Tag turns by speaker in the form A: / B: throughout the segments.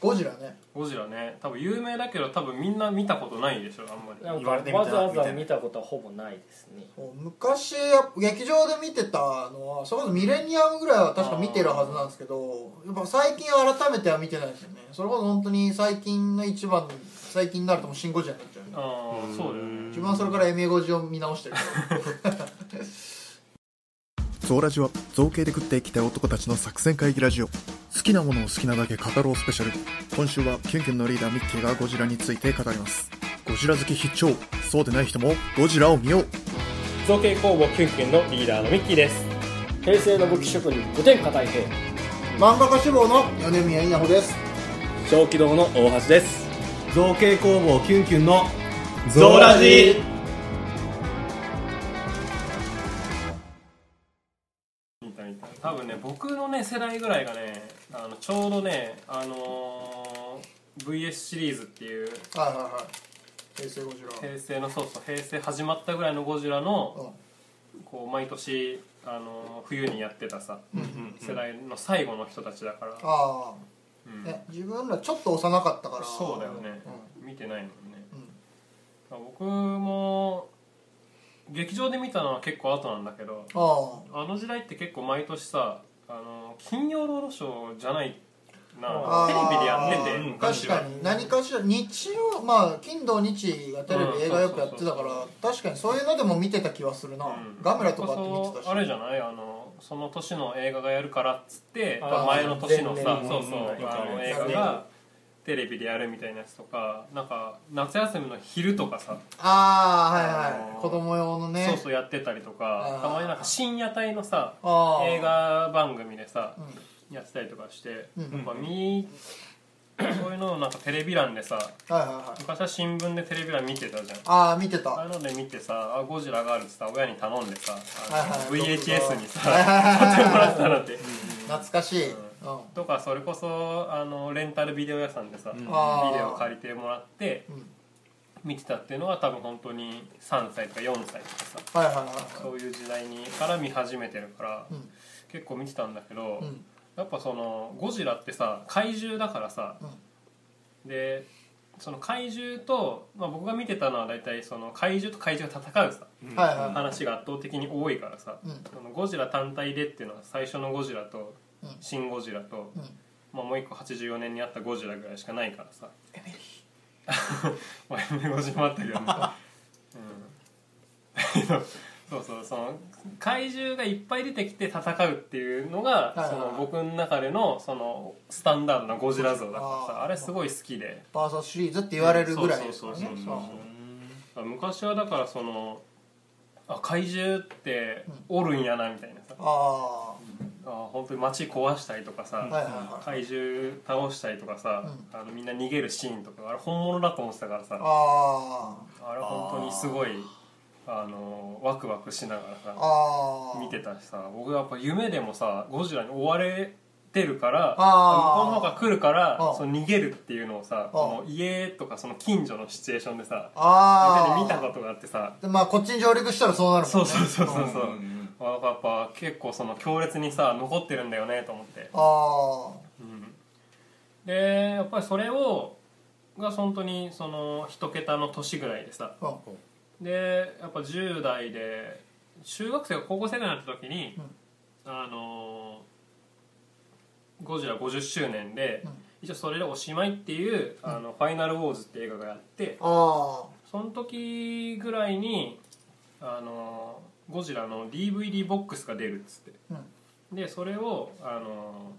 A: ゴジラね
B: ゴジラね多分有名だけど多分みんな見たことないでしょあんまり
C: なん
D: 言
C: か
D: われてみた
C: わ
D: ら
C: ざわざ
D: み
C: 見たことはほぼないですね
A: そう昔やっぱ劇場で見てたのはそれこそミレニアムぐらいは確か見てるはずなんですけどやっぱ最近改めては見てないですよねそれこそ本当に最近の一番最近になるともうシン・ゴジラになっちゃうよね
B: ああそうだよね
A: 自分はそれからエメゴジを見 直してるけど
E: ゾウラジは造形で食ってきた男たちの作戦会議ラジオ好きなものを好きなだけ語ろうスペシャル今週はキュンキュンのリーダーミッキーがゴジラについて語りますゴジラ好き必聴そうでない人もゴジラを見よう
D: 造形工房キュンキュンのリーダーのミッキーです
C: 平成の武器職人五天下太平
A: 漫画家志望の米宮稲穂です
D: 小気道の大橋です
F: 造形工房キュンキュンの
D: ゾーラジー
B: 見た見た多分ね僕のね世代ぐらいがねあのちょうどねあのー VS シリーズっていう
A: はいはいはい平成ゴジラ
B: 平成のそうそう平成始まったぐらいのゴジラの
A: うん
B: こう毎年あのー冬にやってたさ、
D: ん
B: 世代の最後の人たちだから、
A: ああ、
B: うん
A: ね、自分らちょっと幼かったから
B: そうだよね、見てないのにね
A: うん、うん
B: 僕も劇場で見たのは結構後なんだけど
A: あ
B: あの時代って結構毎年さあの金曜ロードショーじゃないな
A: あ
B: テレビでやってて
A: うん
B: 昔
A: 確か
B: は
A: に何かしら日曜まあ金土日がテレ
B: うん
A: ビ映画よくやってた
B: そ
A: か
B: うそうそう
A: ら確かにそういうのでも見てた気はするな、ガメラとかって見てたし
B: それこそあれじゃないあのその年の映画がやるからっつって
C: あー
B: 前の年のさ
C: 前年
B: そ
C: の
B: うそう
D: うん
B: あの映画がテレビでやるみたいなやつとかなんか夏休みの昼とかさ
A: ああはい
B: あ
A: は
B: の
A: い子供用のね
B: そうそうやってたりとか
A: あー
B: たまになんか深夜帯のさ
A: ああ
B: 映画番組でさ
A: うん
B: やってたりとかして
A: う
B: や
A: ん
B: っぱ見そういうのをなんかテレビ欄でさ
A: はいはいはい
B: 昔は新聞でテレビ欄見てたじゃん
A: ああ見てた
B: ああ
A: は
B: いうので見てさあゴジラがあるっつったら親に頼んでさあの
A: はいはい
B: VHS にさ
A: いはいはい
B: 買ってもらったのって
A: 懐かしい、うん
B: うんとかそれこそあのレンタルビデオ屋さんでさビデ
A: あー
B: オ借りてもらって
A: うん
B: 見てたっていうのは多分本当に3歳とか4歳とかさ
A: はいはいはい
B: そういう時代にから見始めてるから
A: うん
B: 結構見てたんだけど
A: うん
B: やっぱそのゴジラってさ怪獣だからさ
A: うん
B: でその怪獣と、まあ、僕が見てたのは大体その怪獣と怪獣が戦うさ
A: はいはいはい
B: 話が圧倒的に多いからさ、
A: うん
B: そのゴジラ単体でっていうのは最初のゴジラと
A: うん
B: 新ゴジラと、
A: うん
B: まあ、もう一個84年にあったゴジラぐらいしかないからさエメリーエメゴジもあったけどね、うん、 そうそうその怪獣がいっぱい出てきて戦うっていうのが
A: いはいはい
B: その僕の中でのそのスタンダードなゴジラ像だから
A: あ
B: さ
A: ー
B: あれすごい好きで
A: バーサスシリーズって言われるぐらいですからね
B: そうそうそうそう昔はだからそのあ怪獣っておるんやなみたいなさ、
A: あ
B: あ本当に街壊したりとかさ、
A: あはいはいはい
B: 怪獣倒したりとかさ、あのみんな逃げるシーンとかあれ本物だと思ってたからさあ
A: あ
B: れ本当にすごいあのワクワクしながら
A: あ
B: さ
A: ああ
B: 見てたしさ僕やっぱ夢でもさゴジラに追われてるから
A: あー
B: 向こうの方が来るから
A: あー
B: その逃げるっていうのをさ
A: あー
B: この家とかその近所のシチュエーションでさ
A: ああ
B: 夢で見たことがあってさ
A: でまあこっちに上陸したらそうなるもんね
B: そうそうそうそう
A: あ
B: そう、あやっぱ結構その強烈にさ残ってるんだよねと思って、
A: あ
B: うん、でやっぱりそれをが本当にその一桁の年ぐらいでさ
A: うん
B: でやっぱ10代で中学生が高校生ぐらいになった時に、
A: うん
B: あのーゴジラ50周年で、
A: うん
B: 一応それでおしまいっていう「あのファイナルウォーズ」って映画があって、
A: あ
B: その時ぐらいにあのゴジラの DVD ボックスが出るっつって、でそれをあの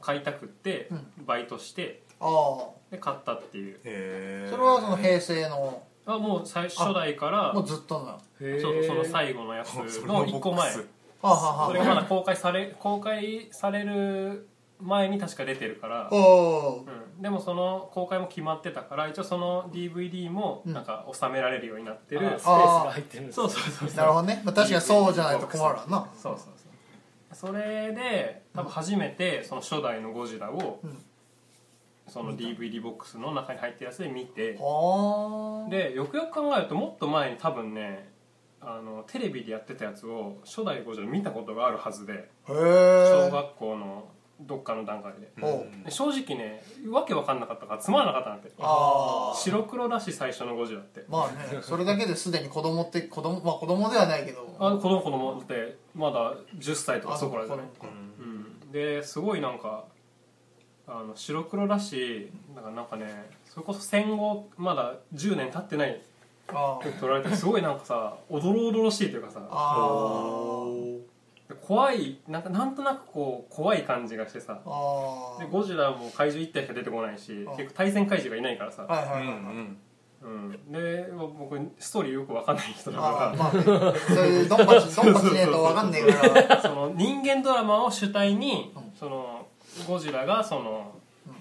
B: 買いたくって、
A: う
B: バイトして
A: ああ
B: で買ったっていう
D: へ
A: あそれはその平成の
B: あもう最初代から
A: もうずっとのよ
B: そうその最後のやつ
D: それ
B: の
D: も
B: 1
D: ボ
B: 個
D: ック
B: 前
D: ス
A: はあはあ
B: それが
A: は
B: まだ公開され公開される前に確か出てるから
A: あ、おー
B: うん、でもその公開も決まってたから一応その DVD もなんか収められるようになって
C: あ
B: る、
C: スペースが入ってるんです
B: そうそうそうそう
A: なるほどね、まあ、確かにそうじゃないと困るわな
B: そうそうそうそれで多分初めてその初代のゴジラを
A: うん
B: その DVD ボックスの中に入ってるやつで見て
A: はあ
B: でよくよく考えるともっと前に多分ねあのテレビでやってたやつを初代ゴジラ見たことがあるはずで
A: へ
B: 小
A: え
B: 学校のどっかの段階で
A: おう
B: で正直ねわけわかんなかったからつまらなかったんだって
A: ああ
B: 白黒だし最初のゴジラって
A: まあねそれだけですでに子供って子供まあ子供ではないけど
B: あの子供子供だってまだ10歳とかそこらじゃない
A: あそこ
B: うん、ですごいなんかあの白黒だしなんかなんかねそれこそ戦後まだ10年経ってない
A: あー
B: 撮られてすごいなんかさおどろおどろしいというかさ
A: あー
B: 怖いなんかなんとなくこう怖い感じがしてさ
A: あ
B: で
A: ー
B: ゴジラも怪獣1体しか出てこないし
A: あ
B: 結構対戦怪獣がいないからさ、
A: はいはいはいはい、
B: うん、で僕ストーリーよくわかんない人だ
A: あ
B: か
A: あまあねそういうドンパチドンパチねえとわかんねえから
B: らその人間ドラマを主体に
A: うん
B: そのゴジラがその
A: うん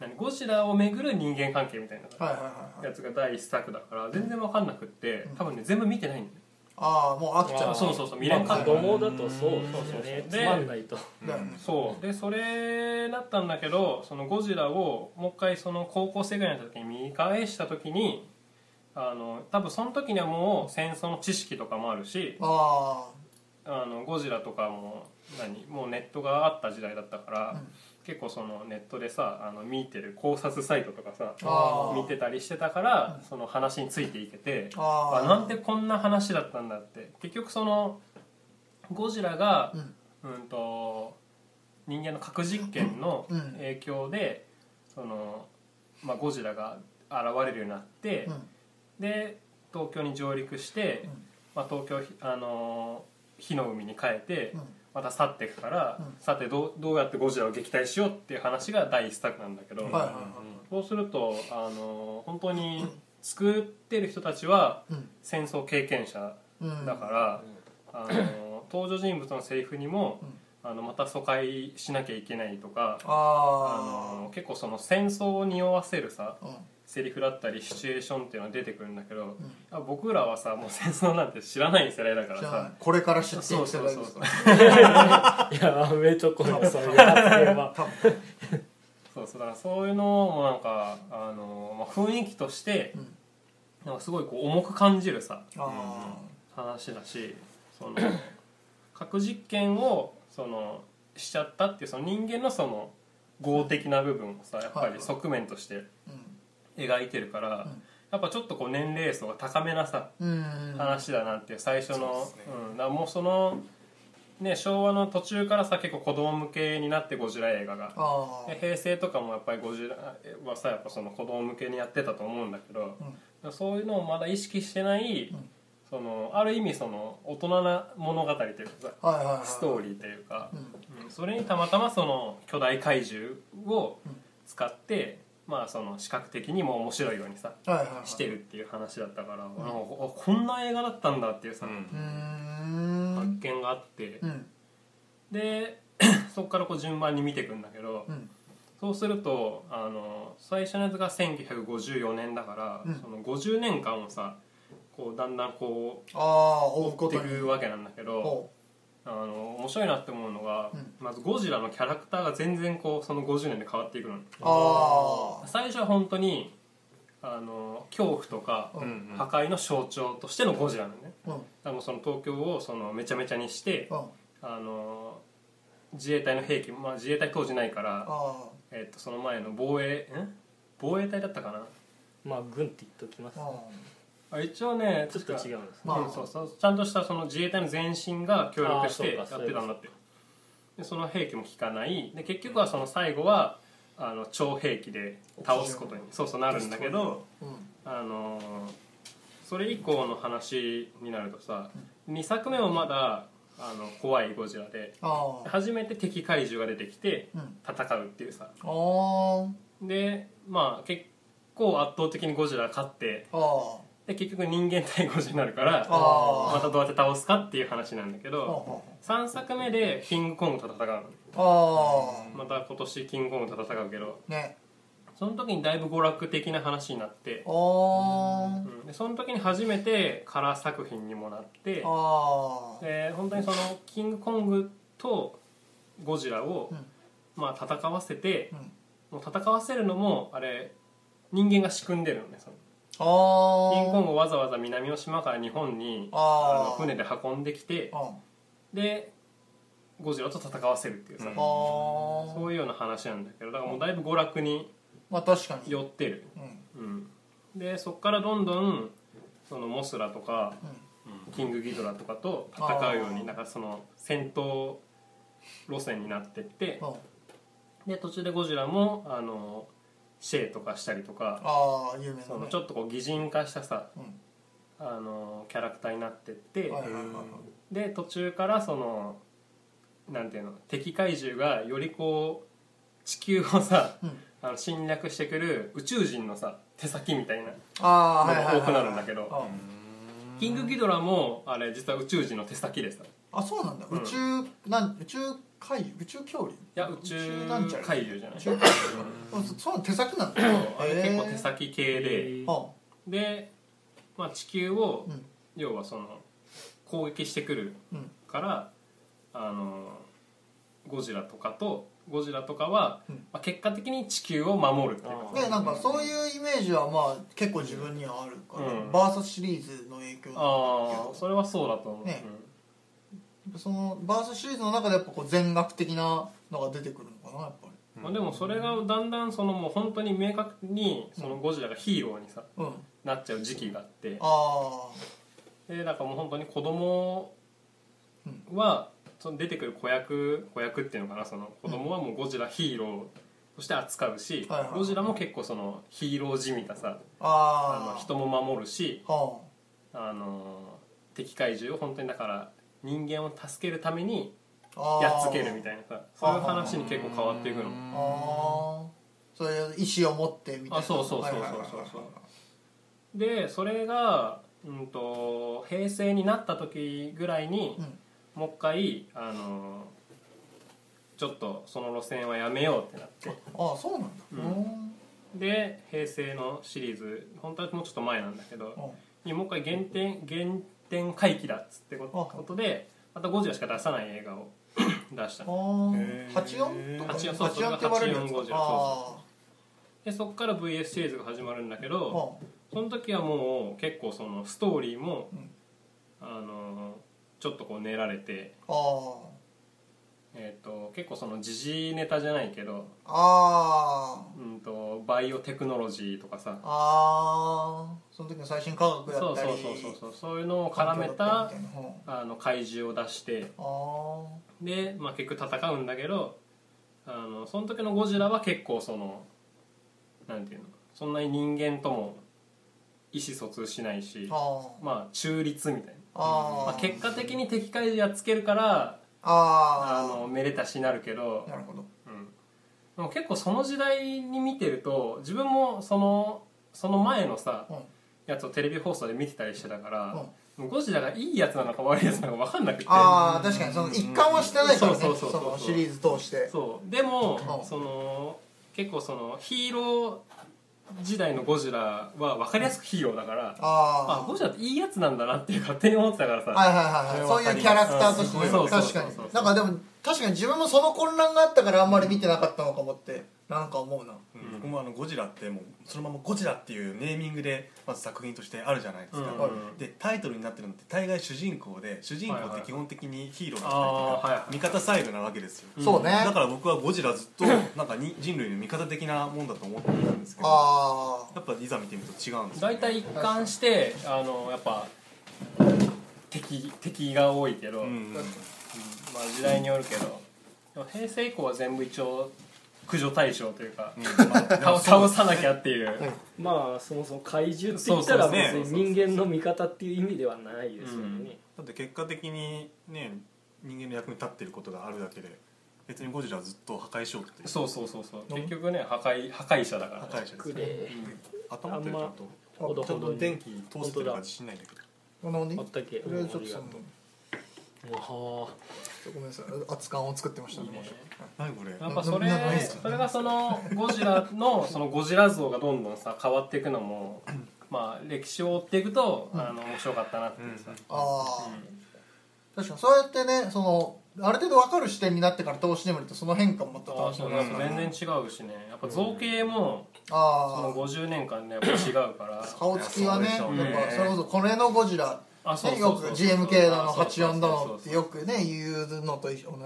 B: 何ゴジラをめぐる人間関係みたいな
A: はいはいはいはい
B: やつが第一作だから全然わかんなくって多分ね全部見てないんだよ
A: ああもう飽きちゃう
B: そうそうそう未練
C: まあ
B: か
C: 子供だとそうですよね
B: うん
C: つまんないと
A: だよね
B: そうでそれだったんだけどそのゴジラをもう一回その高校生ぐらいの時に見返した時にあの多分その時にはもう戦争の知識とかもあるし
A: あ
B: あのゴジラとかも何もうネットがあった時代だったから、
A: うん
B: 結構そのネットでさあの見てる考察サイトとかさ
A: あー
B: 見てたりしてたから、その話についていけて
A: ああ
B: あ
A: あ
B: なんでこんな話だったんだって結局そのゴジラが
A: う、ん
B: うん、と人間の核実験の
A: うん
B: 影響で、そのまあ、ゴジラが現れるようになって、
A: うん
B: で東京に上陸して、
A: うん
B: まあ、東京、あのー火の海に帰って、
A: うん
B: また去っていくから、
A: うん
B: さてどうどうやってゴジラを撃退しようっていう話が第一作なんだけど、
A: はいはいは
B: そうすると、あのー本当に作ってる人たちは
A: うん
B: 戦争経験者
A: いうん
B: だから、あのー登場人物のセリフにも、あのまた疎開しなきゃいけないとか、あ
A: あ
B: のー結構その戦争を匂わせるさ
A: あうん
B: セリフだったりシチュエーションっていうのが出てくるんだけど、
A: ん
B: あ僕らはさもう戦争なんて知らない世代だから
A: じゃあ
B: さ
A: これから知っていく世代
B: そう
A: で
B: そう
A: す
B: そ
A: か
B: う
A: ら
C: いやアメとコのそういう発言 は
A: 多分
B: そうそうだからそういうのもなんかあの、まあ、雰囲気として、
A: うん
B: なんかすごいこう重く感じるさ
A: あ
B: 話だしその 核実験をそのしちゃったっていうその人間のその業的な部分をさやっぱ
A: はいは
B: り
A: い
B: 側面として
A: あ
B: 描いてるから、
A: うん
B: やっぱちょっとこう年齢層が高めなさ
A: うんうん
B: 話だなっていう最初のう、ん、だからもうその、ね、昭和の途中からさ結構子供向けになってゴジラ映画が
A: あ
B: で平成とかもやっぱりゴジラはさやっぱその子供向けにやってたと思うんだけど、そういうのをまだ意識してない、
A: ん
B: そのある意味その大人な物語というかさ
A: あはいはいはい
B: ストー
A: リ
B: リーというか、
A: ー
B: うんそれにたまたまその巨大怪獣を使って、まあその視覚的にも面白いようにさ
A: はいはいはい
B: してるっていう話だったから、なんかおこんな映画だったんだっていうさ、
A: うー
B: 発
A: ん
B: 見があって、
A: うん
B: で そこからこう順番に見ていくんだけど、
A: うん
B: そうするとあの最初のやつが1954年だから、
A: うん
B: その50年間をさこうだんだんこ
A: ああ
B: う
A: 追う
B: 追
A: こ
B: ってい
A: とに
B: くわけなんだけど
A: おう
B: あの面白いなって思うのが、
A: うん
B: まずゴジラのキャラクターが全然こうその50年で変わっていくの
A: あ
B: 最初は本当にあの恐怖とか、
A: うん
B: 破壊の象徴としてのゴジラなのね
A: あうん
B: だからもうその東京をそのめちゃめちゃにして、
A: うん
B: あの自衛隊の兵器、まあ、自衛隊当時ないから、
A: あ
B: えっとその前の防衛ん防衛隊だったかな
C: まあ軍って言っときます
A: あ
B: あ一応ね
C: ちょっと違
B: う、
C: うんです
A: まあ
B: うんそうそうちゃんとしたその自衛隊の前身が協力してや
C: あ
B: って
C: ーそ
B: た
C: うんか
B: だってでその兵器も効かないで結局はその最後はあの超兵器で倒すことにそうそうなるんだけど
A: うん
B: あのーそれ以降の話になるとさ2作目もまだあの怖いゴジラで
A: ああ
B: 初めて敵怪獣が出てきて
A: うん
B: 戦うっていうさ
A: あー
B: でまあ結構圧倒的にゴジラが勝って
A: あー
B: で結局人間対ゴジラになるか
A: あ
B: ら
A: ー
B: またどうやって倒すかっていう話なんだけ
A: あ
B: ど3作目でキングコングと戦うの
A: ああ
B: また今年キングコングと戦うけど
A: あね
B: その時にだいぶ娯楽的な話になって
A: あ、ー
B: うんでその時に初めてカラー作品にもなって
A: あー
B: で本当にそのキングコングとゴジラを、
A: うん
B: まあ、戦わせて
A: う、ん
B: もう戦わせるのもあれ人間が仕組んでるのねその
A: あー
B: キングコングをわざわざ南の島から日本に
A: あー
B: あの船で運んできて
A: あ
B: でゴジラと戦わせるっていうさ、
D: うん
A: あ
B: そういうような話なんだけどだからもうだいぶ娯楽に
A: まあ確かに、
B: 寄ってる、
A: うん、
B: うん、でそっからどんどんそのモスラとか、うんキングギドラとかと戦うよ
A: あ
B: う
A: ー
B: になんかその戦闘路線になってって
A: うん、
B: で途中でゴジラもあのシェイとかしたりとか
A: ああ有名な、ね、
B: そのちょ
A: っ
B: っとこう擬人化したさ、
A: うん
B: あのキャラクターになってって、
A: はいはいはいはい
B: で途中からそのなんていうの敵怪獣がよりこう地球をさ、
A: うん
B: あの侵略してくる宇宙人のさ手先みたいな
A: ああーはいはいはい
B: 多くなるんだけど
A: あ
B: キングギドラもあれ実は宇宙人の手先でさい
A: あそうなんだ、
B: う
A: 宇
B: ん
A: 宙なん宇宙怪獣宇宙恐竜
B: や宇宙
A: なんちゃら
B: 怪獣じゃない
A: 宇宙
B: そう
A: 怪 獣そそうなの手先なんだ
B: あれ結構手
A: へ
B: 先系で
A: ーあ
B: で、まあ、地球を、
A: うん
B: 要はその攻撃してくる
A: うん
B: から、あのゴジラとかとゴジラとかは、
A: うん
B: まあ、結果的に地球を守るっていうか
C: あ
A: でなんかそういうイメージはまあ結構自分にはあるから、
B: うん
A: バーサスシリーズの影響
B: ああ
A: なんだ
B: それはそうだと思う、
A: ね
B: うん
A: けどそのバーサスシリーズの中でやっぱこう全額的なのが出てくるのかなやっぱり
B: まあ、でもそれがだんだんそのもう本当に明確にそのゴジラがヒーローにさ
A: うんあ
B: なっちゃう時期があって
A: あ
B: でなんかもう本当に子供はその出てくる子役子役っていうのかなその子供はもうゴジラヒーローとして扱うし、
A: はいはい
B: ゴジラも結構そのヒーローじみたさあ
A: ああ
B: の人も守るし
A: は
B: あの敵怪獣を本当にだから人間を助けるために
A: あああ
B: やっつけるみたいなさそういう話に結構変わっていくの。
A: ああそういう意思を持ってみたいな
B: あそうそうそうそうそう
A: はいはいはいはい
B: でそれが、うん、と平成になった時ぐらいに、
A: うん
B: もう一回あのちょっとその路線はやめようってなって
A: ああそうなんだう
B: う
A: んんうん
B: で平成のシリーズ本当はもうちょっと前なんだけどにもう一回原点原点回帰だっつってこ
A: あ
B: ことでまたゴジラしか出さない映画を 出した
A: あ
B: の
A: ー84とか
B: 84そう
A: 84って呼ばれるやつ
B: 84ゴジ
A: か
B: ラ
A: あ
B: でそっから VS シリーズが始まるんだけど、
A: ーあ
B: その時はもう結構そのストーリーも、
A: うん
B: あのちょっとこう練られて、
A: あー
B: えー、と結構その時事ネタじゃないけど、
A: あー
B: うん、とバイオテクノロジーとかさ
A: あーその時の最新科学だ
B: そ
A: っ
B: うそ
A: たり
B: うそうそうそうそういうのを絡め
A: 環
B: た
A: 境だったりみいなうん
B: あの怪獣を出して
A: あ
B: で、まあ、結局戦うんだけどあのその時のゴジラは結構そのなんていうのそんなに人間とも意思疎通しないし
A: ーあー
B: まあ中立みたいな。
A: あ
B: まあ、結果的に敵怪獣やっつけるから
A: あ
B: あのめでたしになるけど
A: あ、なるほど
B: うん、でも結構その時代に見てると自分もそのその前のさ、
A: うん
B: やつをテレビ放送で見てたりしてたから
A: うん、
B: もうゴジラがいいやつなのか悪いやつなのか分かんなくて
A: ああ確かにその一貫はしてないからね
B: そうそうそうそう
A: のシリーズ通して
B: そうでも、
A: うん
B: その結構そのヒーロー時代のゴジラは分かりやすくヒーローだから、あ
A: あ
B: ゴジラっていいやつなんだなっていう勝手に思ってたからさ、
A: あはいはいはいそういうキャラクターとしてね
B: そうそうそう
A: 確かに
B: そうそう
A: なんかでも確かに自分もその混乱があったからあんまり見てなかったのかもってなんか思うな
B: うん
G: 僕もあのゴジラってもうそのままゴジラっていうネーミングでまず作品としてあるじゃないですか、
B: うんうん
G: でタイトルになってるのって大概主人公で主人公
B: はい
G: っ
B: は
G: て
B: い
G: 基本的にヒーローだ
B: あ
G: っ
B: ーはい
G: たりとか味方サイドなわけですよ、
A: そうね
G: だから僕はゴジラずっ となんかに人類の味方的なもんだと思っていたんですけどや
A: あ
G: っぱいざ見てみると違うんですよ、
B: 大
G: ね、
B: 体一貫してあのやっぱ敵敵が多いけど、
G: うんうん
B: まあ、時代によるけどでも平成以降は全部一応駆除対象というか、
G: うんまあで
B: 倒
G: も
B: 倒さなきゃっていう、
C: まあそもそも怪獣って言ったら
G: そうそうそう
C: 別に人間の味方っていう意味ではないですよね、
G: だって結果的にね人間の役に立ってることがあるだけで別にゴジラはずっと破壊しようっていう
B: そうそうそうそう結局ね破壊破壊者だから、
G: 破壊者です
C: く
G: ね
C: で
G: 頭ってちゃんと
C: ほど
G: ちゃ
C: ほ
G: ん
C: ど
G: と
C: に
G: 電気通せてるか自信ないんだけど
A: あなのに
C: あったっけ
A: とりあえずちょっとその
C: おは
A: ごめんなさい熱感を作ってましたね申し訳ない
G: 何これ
B: やっぱそれ
A: ななんかいいっすよね
B: それがそのゴジラのそのゴジラ像がどんどんさ変わっていくのもまあ歴史を追っていくと、あの面白かったなっていうさ、
A: ああ、確かにそうやってねそのある程度分かる視点になってから投資で見るとその変化もまた
B: あ
A: 楽
B: あ
A: し
B: そ
A: み
B: う
A: だな
B: なんか全然違うしねやっぱ造形もそ
A: あ
B: の
A: あ
B: 50年間でやっぱ違うから
A: 顔つきはね
G: いや
A: や
G: そ
A: っ
G: うでしょうね
A: ぱそれこそこれのゴジラ
B: あ
A: ね、よく GMK だの84だのってよくね言うのと一緒
B: う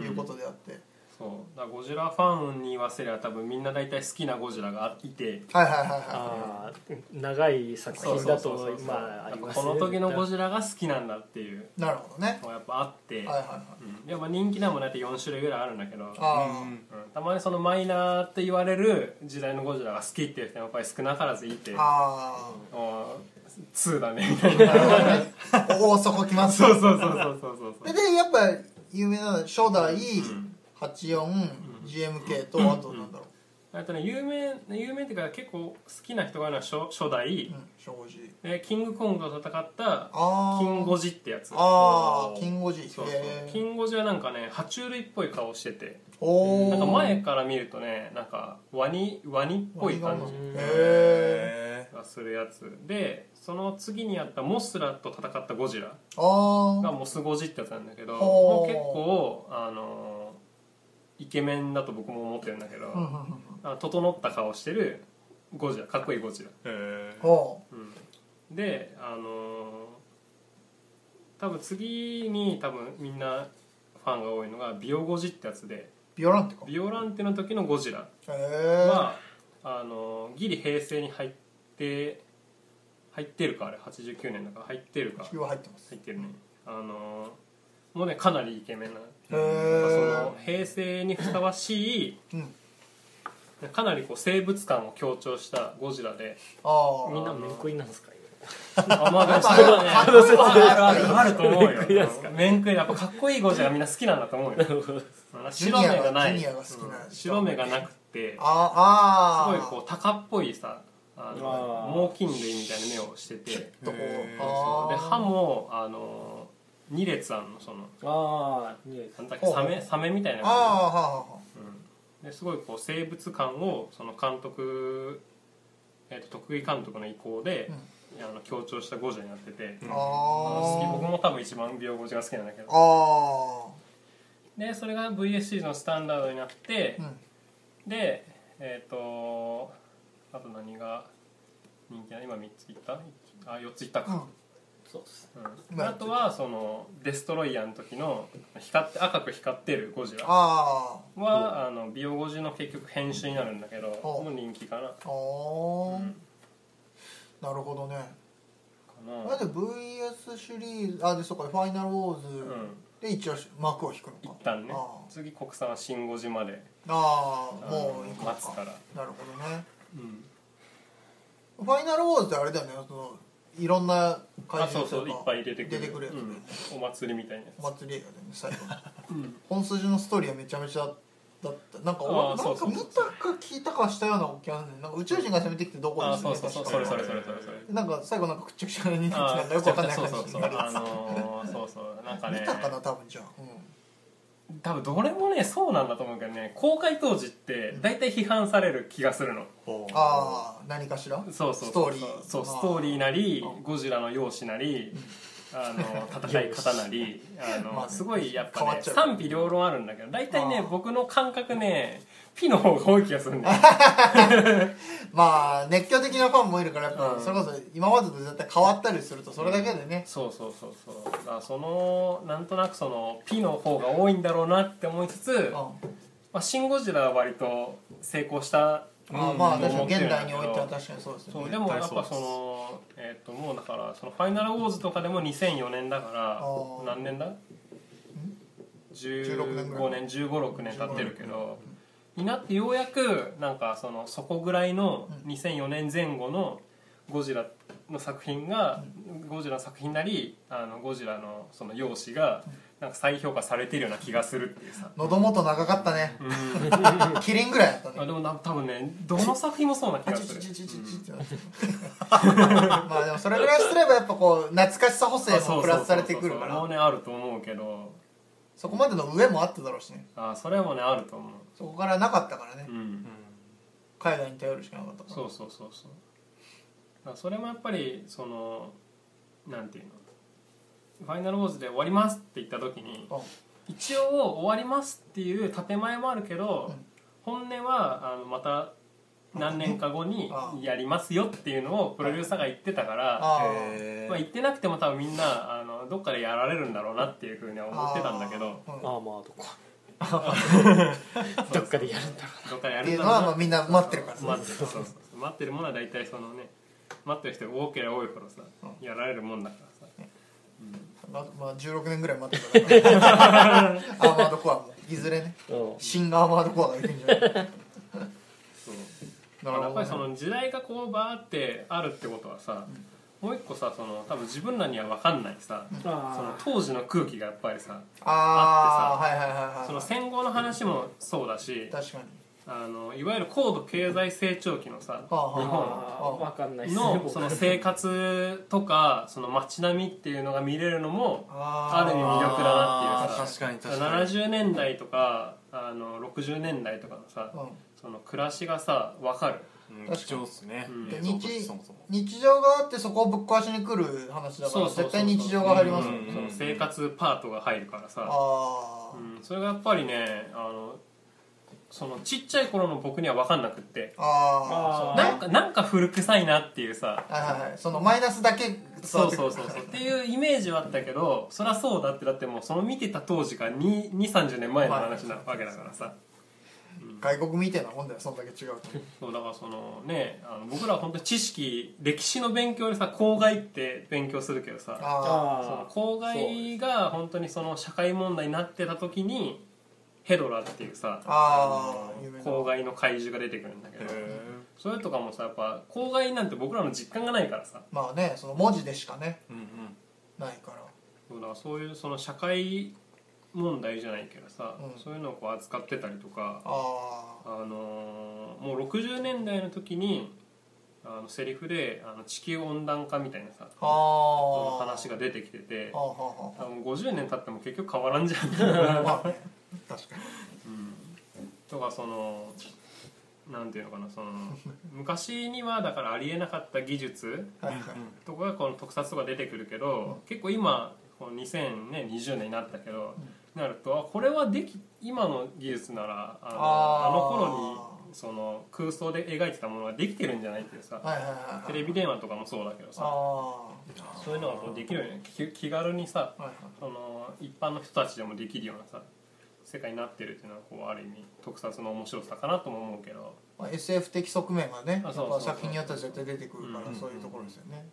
B: ん
A: いうことであって、
B: そうだからゴジラファンに言わせりゃ多分みんな大体好きなゴジラがいて
A: はいはいはいは
C: あー長い作品だ
B: そうそう
C: と
B: そうそう
C: まああります
B: この時のゴ
C: 時
B: ジラが好きなんだっていう
A: いなるほどね
B: のがやっぱあって、
A: はいはいはい
B: うん、でまあ人気なもんだって4種類ぐらいあるんだけど、
A: あ
G: う
A: ー
G: ん
B: うんたまにそのマイナーって言われる時代のゴジラが好きっていう人もやっぱり少なからずいてあ
A: あ
B: ー2だねみたい
A: ー
B: な
A: なるほどねおーそこ来ます
B: そうそうそうそうそうそうそう
A: ででやっぱ有名なのは初代、
B: ん
A: 84GMK とあとなんだろ
B: あとね有名有名っていうか結構好きな人がいるのは初初
A: う、う
B: 代、
A: ん、正直
B: でキングコングと戦った
A: ああ
B: キンゴジってやつ
A: ああキンゴジ
B: そうそう
A: へ
B: キ
A: ー
B: ンゴジはなんかね爬虫類っぽい顔してて
A: おお
B: なんか前から見るとねなんかワニワニっぽい感じ
A: へえ
B: がするやつでその次にあったモスラと戦ったゴジラ
A: あ
B: が
A: あ
B: モスゴジってやつなんだけども
A: ほ
B: う
A: う
B: 結構あのイケメンだと僕も思ってるんだけど、
A: うんうんうん
B: あ整った顔してるゴジラかっこいいゴジラ、
G: えー
A: お
B: うん、であの多分次に多分みんなファンが多いのがビオゴジってやつで
A: ビオランテかへ
B: ビオランテの時のゴジラ
A: え
B: は、あのギリ平成に入って入ってるかあれ89年だから入ってるか
A: 地球は入ってます
B: 入ってるねあのもうねかなりイケメン
A: へ
B: なそ
A: え
B: の平成にふさわしい、
A: うん
B: かなりこう生物感を強調したゴジラで
A: ああ
B: みんな
C: 面食いなんですか今
B: あまあで
A: ま
B: も
A: あ
B: そうだね
A: かっこいい
B: あるあるあると思うよ
C: 面食いなんすか
B: 面食いやっぱかっこいいゴジラみんな好きなんだと思うよ
A: ジュ
B: 白
A: ニ
B: 目
A: ア
B: が
A: が
B: な
A: ジュ
B: い
A: ニアが好きな
B: 白目がなくてす
A: あ
B: ご
A: あ
B: いこう鷹っぽいさあの
C: あー
B: 猛禽類みたいな目をしててで
A: うとこ
G: へー
A: あー
B: 歯もあの2列あんのその
C: ああね
B: なんだっけサメサメみたいな
A: ああ
B: 感
A: はあは
B: じうんですごいこう生物感をその監督、えー、と徳井監督の意向で、あの強調したゴジラになってて、
A: あ
B: あの好き
A: は
B: 僕も多分一番美容ゴジラが好きなんだけ
A: あ
B: ど
A: あ
B: でそれが VSC のスタンダードになって
A: あ、うん
B: でえっ、とあと何が人気な今3ついったあ4ついった
A: うん
B: か、
C: そうっす
B: うんあとはそのデストロイヤーの時の光って赤く光ってるゴジラ
A: ああ
B: はあの美容ゴジの結局編集になるんだけど
A: お
B: もう人気かな
A: あー
B: うん
A: なるほどね
B: か
A: あ
B: な
A: で VS シリーズあでそうかファイナルウォ
B: う
A: ーズ
B: ん
A: で一応幕を引く
B: 一
A: のか
B: 旦ね
A: あー
B: 次国産は新ゴジまで
A: あ
B: あ
A: あ
B: の
A: もう行くの
B: 待つか
A: からなるほどね
B: うん
A: ファイナルウォーズってあれだよねそのいろんな
B: あ
A: 怪
B: そう
A: 獣
B: そういっぱい出てくる
A: 出てくるやつね
B: うんお祭りみたいなや
A: お
B: つ
A: 祭り映画だよね最後 の
B: うん
A: 本筋のストーリーはめちゃめちゃだったなんか
B: あー
A: 俺
B: そ
A: な
B: うん
A: か
B: そう
A: 見
B: そ
A: た
B: う
A: か聞いたかしたような気がするねなんか宇宙人が攻めてきてどこで
B: あー
A: す
B: そうそうそうそれそれそれそれそれ
A: なんか最後なんかくっちゃくちゃに なって
B: あ
A: なんか
B: ー
A: よくわかんない
B: そう
A: 感
B: そう
A: じ
B: そう
A: になるや
B: あのーそうそうなんか
A: つ
B: ね
A: 見たかな多分じゃあ
B: 多分どれもねそうなんだと思うけどね公開当時って大体批判される気がするの
G: ほう
A: ああ何かしら
B: そうそう
A: ストーリー
B: そう
A: あー
B: ストーリーなりゴジラの容姿なりあの戦い方なりあ
A: まあ
B: の
A: ね
B: すごいやっぱ
A: 変わ
B: ね
A: っちゃう
B: 賛否両論あるんだけど大体
A: あ
B: ね
A: ー
B: 僕の感覚ねピの方が多い気がするんだ よ
A: まあ熱狂的なファンもいるからやっぱ
B: うん
A: それこそ今までと絶対変わったりするとそれだけでね
B: そうそうそうそうだからそのなんとなくそのピの方が多いんだろうなって思いつつ
A: うん
B: まあ、シン・ゴジラは割と成功した
A: あーまあ確かに現代においては確かにそうですよ
B: そう
A: ね
B: でもやっぱそのえっ、ともうだからそのファイナルウォーズとかでも2004年だか
A: あ
B: ら
A: ー
B: 何年だ
A: 16年ぐら
B: 15年1516年経ってるけどになってようやくなんかそのそこぐらいの2004年前後のゴジラの作品がゴジラの作品なりあのゴジラのその容姿がなんか再評価されてるような気がするってい うさ
A: 喉元長かったねキリンぐらいだったね
B: あでもな多分ねどの作品もそうな気
A: あ
B: が
A: ち
B: す
A: ち
B: る
A: ちちちちってなってるまあでもそれぐらいすればやっぱこう懐かしさ補正もプラスされてくるか
B: そうそうそうそうもう
A: ら
B: ねあると思うけど
A: そこまでの上もあっただろうしね
B: あそれもねあると思う
A: そこからなかったからね
B: うん
A: 海外に頼るしかなかったから
B: そうそうそうそうだからそれもやっぱりそのなんていうの「ファイナルウォーズ」で終わりますって言った時に
A: うん
B: 一応終わりますっていう建前もあるけど本音はあのまた何年か後に
A: ああ
B: やりますよっていうのをプロデューサーが言ってたから
A: あ
G: へ
B: まあ、言ってなくても多分みんなあのどっかでやられるんだろうなっていうふうには思ってたんだけど
A: あ、うん
C: まあまあどこどっかでやるんだろ
B: どっかでや
A: っ
B: る
A: て
B: ん
A: いう
B: だ
A: の
B: ろ
A: は
B: うな
A: まあみんな待ってるからね
B: 待ってるそうそうそう待ってるものは大体そのね待ってる人が多ければ多いほどさやられるもんだからさ
A: ままあ16年ぐらい待ってるからねアーマードコアもいずれね
C: う、うん、
A: 新アーマードコアがいくんじゃないなる
B: そう
A: ほ
B: や
A: ど
B: っぱ
A: ね
B: りその時代がこうバーってあるってことはさ、もう一個さその多分自分らには分かんないさ、その
C: あ
B: 当時の空気がやっぱりさ
A: ああ
B: あ
A: はいはいはいはい
B: その戦後の話もそうだし
A: 確かに
B: あのいわゆる高度経済成長期のさ
A: はあはあ
B: 日
C: あ
B: 本
A: あ
C: わかんないっすね
B: の
C: 僕
B: その生活とかその街並みっていうのが見れるのも
A: あ
B: ある意味魅力だなっていうさ
G: 確かに確かに
B: 70年代とかあの60年代とかのさ
A: うん
B: その暮らしがさ分かる
G: うん貴重っすね
B: うん
G: 映像として
A: 日
G: そもそも
A: 日常があってそこをぶっ壊しに来る話だか
B: そう
A: ら
B: そうそう
A: 絶対日常が入りますよ
G: うん
A: ね
B: その生活パートが入るからさ、
A: あ
B: うん、それがやっぱりねあのそのちっちゃい頃の僕には分かんなくって
A: ああ
C: あー
B: なんかなんか古臭いなっていうさ
A: あはいはいはいそのマイナスだけ伝わっ
B: そう
A: てく
B: そ
A: る
B: うそうそうっていうイメージはあったけどそりゃそうだってだってもうその見てた当時が2 2 3 0年前の話なわけだからさ
A: 外国みたいなもんだよそんだけ違うと
B: そうだからそのねあの僕らは本当に知識歴史の勉強でさ公害って勉強するけどさ
A: あ
B: その
C: あ
B: 公害が本当にその社会問題になってた時にヘドラっていうさ
A: あああ
B: の
A: 有名な
B: 公害の怪獣が出てくるんだけど
G: へ
B: それとかもさやっぱ公害なんて僕らの実感がないからさ
A: まあねその文字でしかね
G: ーうんうん
A: ないから
B: そうだからそういうその社会問題じゃないけどさ、
A: うん
B: そういうのをこう扱ってたりとか、
A: あ
B: あのーもう60年代の時にあのセリフであの地球温暖化みたいなさ
A: あああ
B: 話が出てきてて
A: ああは
B: 多分50年経っても結局変わらんじゃん
A: あはあま あね確かに
B: とかそのなんていうのかなその昔にはだからありえなかった技術
A: はいはい
B: とかがこの特撮とか出てくるけど結構今この2020年になったけど、なるとあこれはでき今の技術ならあの
A: あー
B: あの頃にその空想で描いてたものができてるんじゃないっていうさ
A: はいはいはい
B: テレビ電話とかもそうだけど
A: あ
B: さ
A: あは
B: そういうのがこうできるように気気軽にさ
A: いはい
B: その一般の人たちでもできるようなさ世界になってるっていうのはこうある意味特撮の面白さかなとも思うけど。
A: まあ SF 的側面がねや
B: あ
A: っ
B: そうそ
A: ぱ
B: うそう
A: 作品によっては絶対出てくるか
B: う
A: ら
B: ん
A: そういうところですよね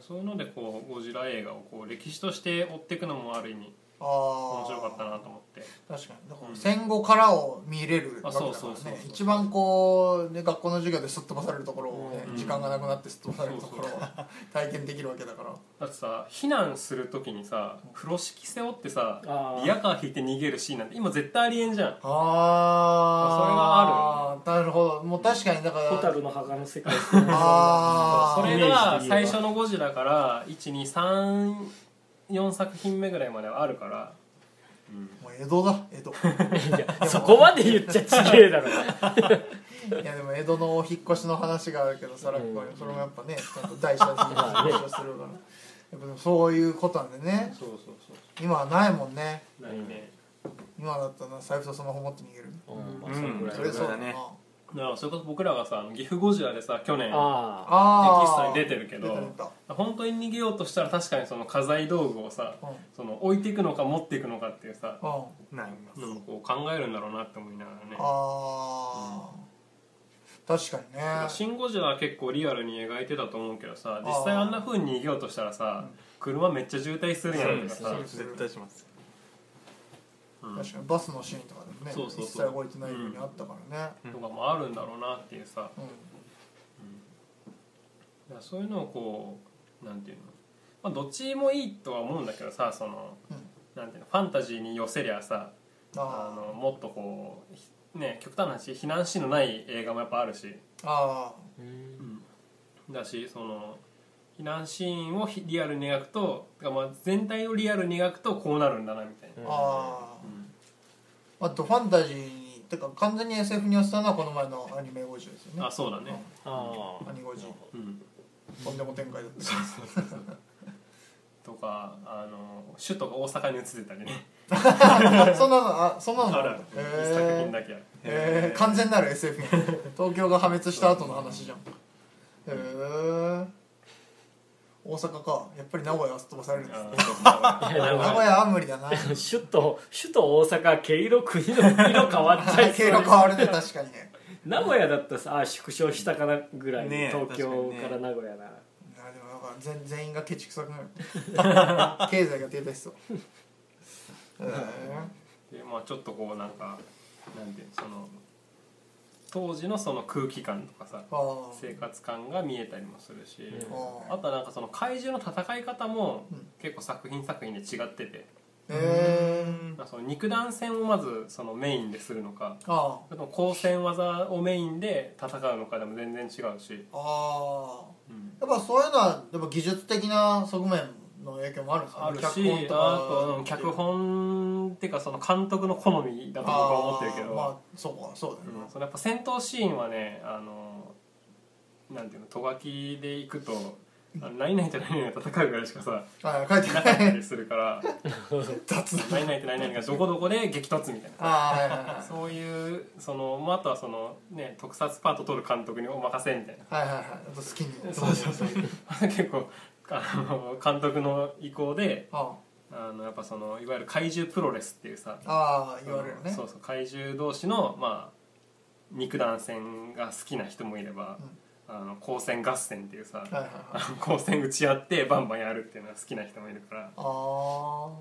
B: そういうのでこうゴジラ映画をこう歴史として追っていくのもある意味
A: ああ
B: 面白かったなと思って
A: 確かにだか
B: うん
A: ら戦後からを見れるわけだ
B: あそ
A: か
B: うそうそうそ
A: ら
B: う
A: ね一番こう、ね、学校の授業ですっ飛ばされるところを、ね
B: うん
A: 時間がなくなってすっ飛ばされるところを体験できるわけだから
B: だってさ避難する時にさ風呂敷背負ってさ
C: あー
B: リヤカー引いて逃げるシーンなんて今絶対ありえんじゃん
A: ああそれはあるなるほどもう確かにだから
C: ホタルの墓の世界ですね
A: あー
B: それ
C: イメー
B: が
C: ジ的には
B: 最初のゴジラから1234作品目ぐらいまではあるから
A: もう江戸だ江戸
C: いやそこまで言っちゃちげえだろ
A: いやでも江戸のお引っ越しの話があるけどさらっこはそれもやっぱねちゃんと第三次の話をするからやっぱでもそういうことなんでね
B: そうそうそう
A: 今はないもんね
B: ないね、
A: 今だったら財布とスマホ持って逃げる
C: うんまあそれぐらい
A: それそうだ
G: それ
A: な
G: だね
B: だからそれこそ僕らがさあの岐阜ゴジラでさ去年
C: あ
A: ああ
B: テキストに出てるけど
A: 出た出た
B: 本当に逃げようとしたら確かにその家財道具をさ、
A: うん
B: その置いていくのか持っていくのかっていうさ
A: うん
G: ない
B: のをこう考えるんだろうなって思いながらね
A: あー確かにね
B: 「シン・ゴジラ」は結構リアルに描いてたと思うけどさ実際あんな風に逃げようとしたらさ車めっちゃ渋滞するやんとかさ
A: そうです
G: 絶対します
B: うん
A: 確かにバスのシーンとかでもね
B: そうそう
A: 一切
B: そう
A: 動いてないようにあったからね
B: とかもあるんだろうなっていうさ
A: うん
B: だからそういうのをこうなんていうの、まあ、どっちもいいとは思うんだけどさその
A: うん
B: なんていうのファンタジーに寄せりゃさあ
A: あ
B: のもっとこうひね極端な話避難シーンのない映画もやっぱあるし
A: ーあ
C: あうん
B: だしその避難シーンをひリアルに描くとてかまあ全体をリアルに描くとこうなるんだなみたいな
A: ーあーあとファンタジーにてか完全に SF に寄せたのはこの前のアニメ50ですよね
B: あそうだね
C: あ
A: アニ50
B: うん
A: とんでも展開だ った
B: とかあの首都が大阪に移ってたりね
A: そんなのあそんなの
B: あるある
A: へ
B: 一作品
A: ー
B: だけある
A: へー完全なる SF や東京が破滅した後の話じゃんへえ大阪かやっぱり名古屋はすっ飛ばされるんですね
B: あ
C: いやなん
A: 名
C: か
A: 古屋は無理 だな
C: 首都首都大阪毛色国の色変わっちゃ い
A: 経
C: そ
A: 路
C: う
A: 変わるね確かにね
C: 名古屋だったらさあ縮小したかなぐらい、
G: ねえ
C: 東京
G: 確かにね
C: から名古屋なら、
A: あでもなんか全全員がケチくさくなる 経済が停滞しそうへ
B: でまあちょっとこうなんかなんていうのその当時のその空気感とかさ
A: ーあー
B: 生活感が見えたりもするし、
A: あ
B: あ
A: ー
B: とはなんかその怪獣の戦い方も
A: うん
B: 結構作品作品で違ってて、
A: えー
B: まあ、その肉弾戦をまずそのメインでするのか
A: あ
B: それとも光線技をメインで戦うのかでも全然違うし、
A: ああーやっぱそういうのはやっぱ技術的な側面の影響もあるんです
B: あ
A: か
B: る
A: ね
B: し
A: 脚本と
B: あと
A: か
B: はうん脚本っていうかその監督の好みだと僕は思ってるけ
A: あー
B: ど、
A: まあそうかそうだよ
B: うんそのやっぱ戦闘シーンはねあのなんていうのとがきで行くと「あの何々と何々が戦う」ぐらいしかさ
A: ね、あ書いて
B: なかっ
A: な
B: た
A: い
B: りするから
A: 雑だ
B: 「何々と何々がどこどこで激突」みたいな。
A: ああはいはいはい
B: そういうその、まあ、あとはその、ね、特撮パート撮る監督にお任せみたいな
A: はいはいはいあと好きに
B: そうそうそう 結構あの監督の意向で
A: あ
B: あのやっぱそのいわゆる怪獣プロレスっていうさ
A: あー言われるね
B: そうそう怪獣同士の、まあ、肉弾戦が好きな人もいれば、あの光線合戦っていうさ、
A: はいはいはい
B: あの光線打ち合ってバンバンやるっていうのが好きな人もいるから
A: ああ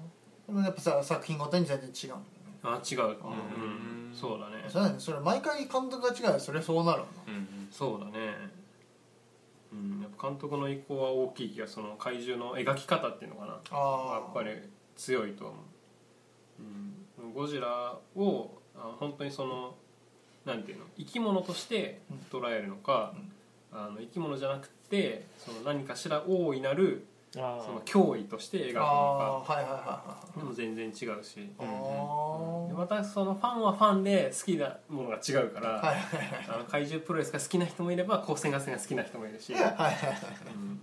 A: でもやっぱさ作品ごとに全然違うんだよね
B: あ違う、うんうんそうだね
A: そうだねそれ毎回監督が違うよそれそうなるわな
B: そうだねうんやっぱ監督の意向は大きい気がその怪獣の描き方っていうのかなや
A: あ
B: っ
A: あ
B: ぱり強いと思う、うん、ゴジラをあ本当にそのなんていうの生き物として捉えるのか、あの生き物じゃなくてその何かしら大いなる
C: あ
B: その脅威として描くの
A: ああ
B: か
A: はいはいはい
B: でも全然違うし
A: はい
B: で
A: あ
B: またそのファンはファンで好きなものが違うか
A: あ
B: ら、
A: はいはいはい
B: あの怪獣プロレスが好きな人もいれば光線合戦が好きな人もいるし、
A: はいはいはい
B: うん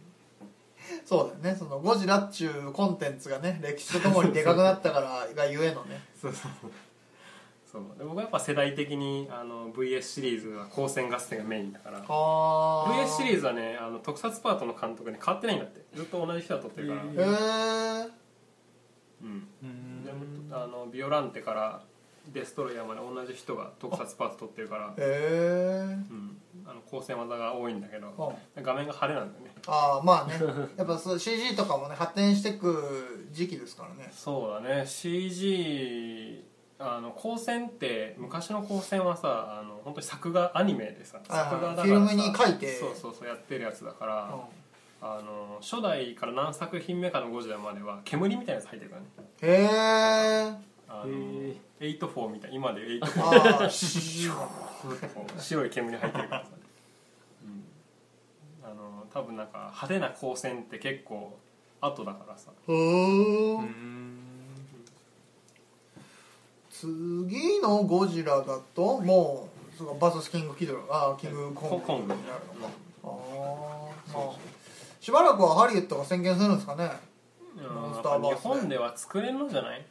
A: そうだよねそのゴジラっちゅうコンテンツがね歴史とともにでかくなったからがゆえのね
B: そうそうそうで僕はやっぱ世代的にあの VS シリーズは光線合戦がメインだから
A: ああ
B: VS シリー
A: ズ
B: ズはねあの特撮パートの監督に変わってないんだってずっと同じ人が撮ってるから、
A: へえ
B: うんであのビオランテからデストロイヤーまで同じ人が特撮パート撮ってるから、
A: ええ
B: うん、あの光線技が多いんだけど
A: あ
B: 画面が晴れなんだよね
A: ああまあねやっぱそう CG とかもね発展してく時期ですからね
B: そうだね CG あの光線って昔の光線はさあの本当に作画アニメでさ
A: はいはい
B: 作画
A: フィルムに書いて
B: そうそうそうやってるやつだか
A: う
B: ら、
A: ん
B: あの初代から何作品目かのゴジラまでは煙みたいなやつ入ってるからね
A: へえ
B: あの
C: へー
B: エイトフォーみたい今でエイトフォ
A: ああシュ
B: ーこ う白い煙入ってるからさ、うん、あの多分なんか派手な光線って結構後だからさ
A: ふーん次のゴジラだともうそうかバーサスキングキドラあーキングコング
B: コング
A: になるのかあーまあしばらくはハリウッドが宣言するんですかね
B: うん
A: モン
B: や
A: ス
B: っ
A: ターバ
B: ぱ
A: ースね
B: 日本では作れんのじゃない